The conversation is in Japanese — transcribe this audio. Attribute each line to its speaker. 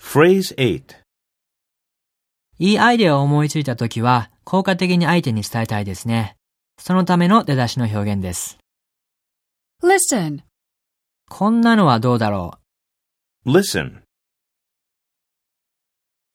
Speaker 1: Phrase 8.
Speaker 2: いいアイデアを思いついたときは、効果的に相手に伝えたいですね。そのための出だしの表現です。
Speaker 3: Listen.
Speaker 2: こんなのはどうだろう
Speaker 1: Listen.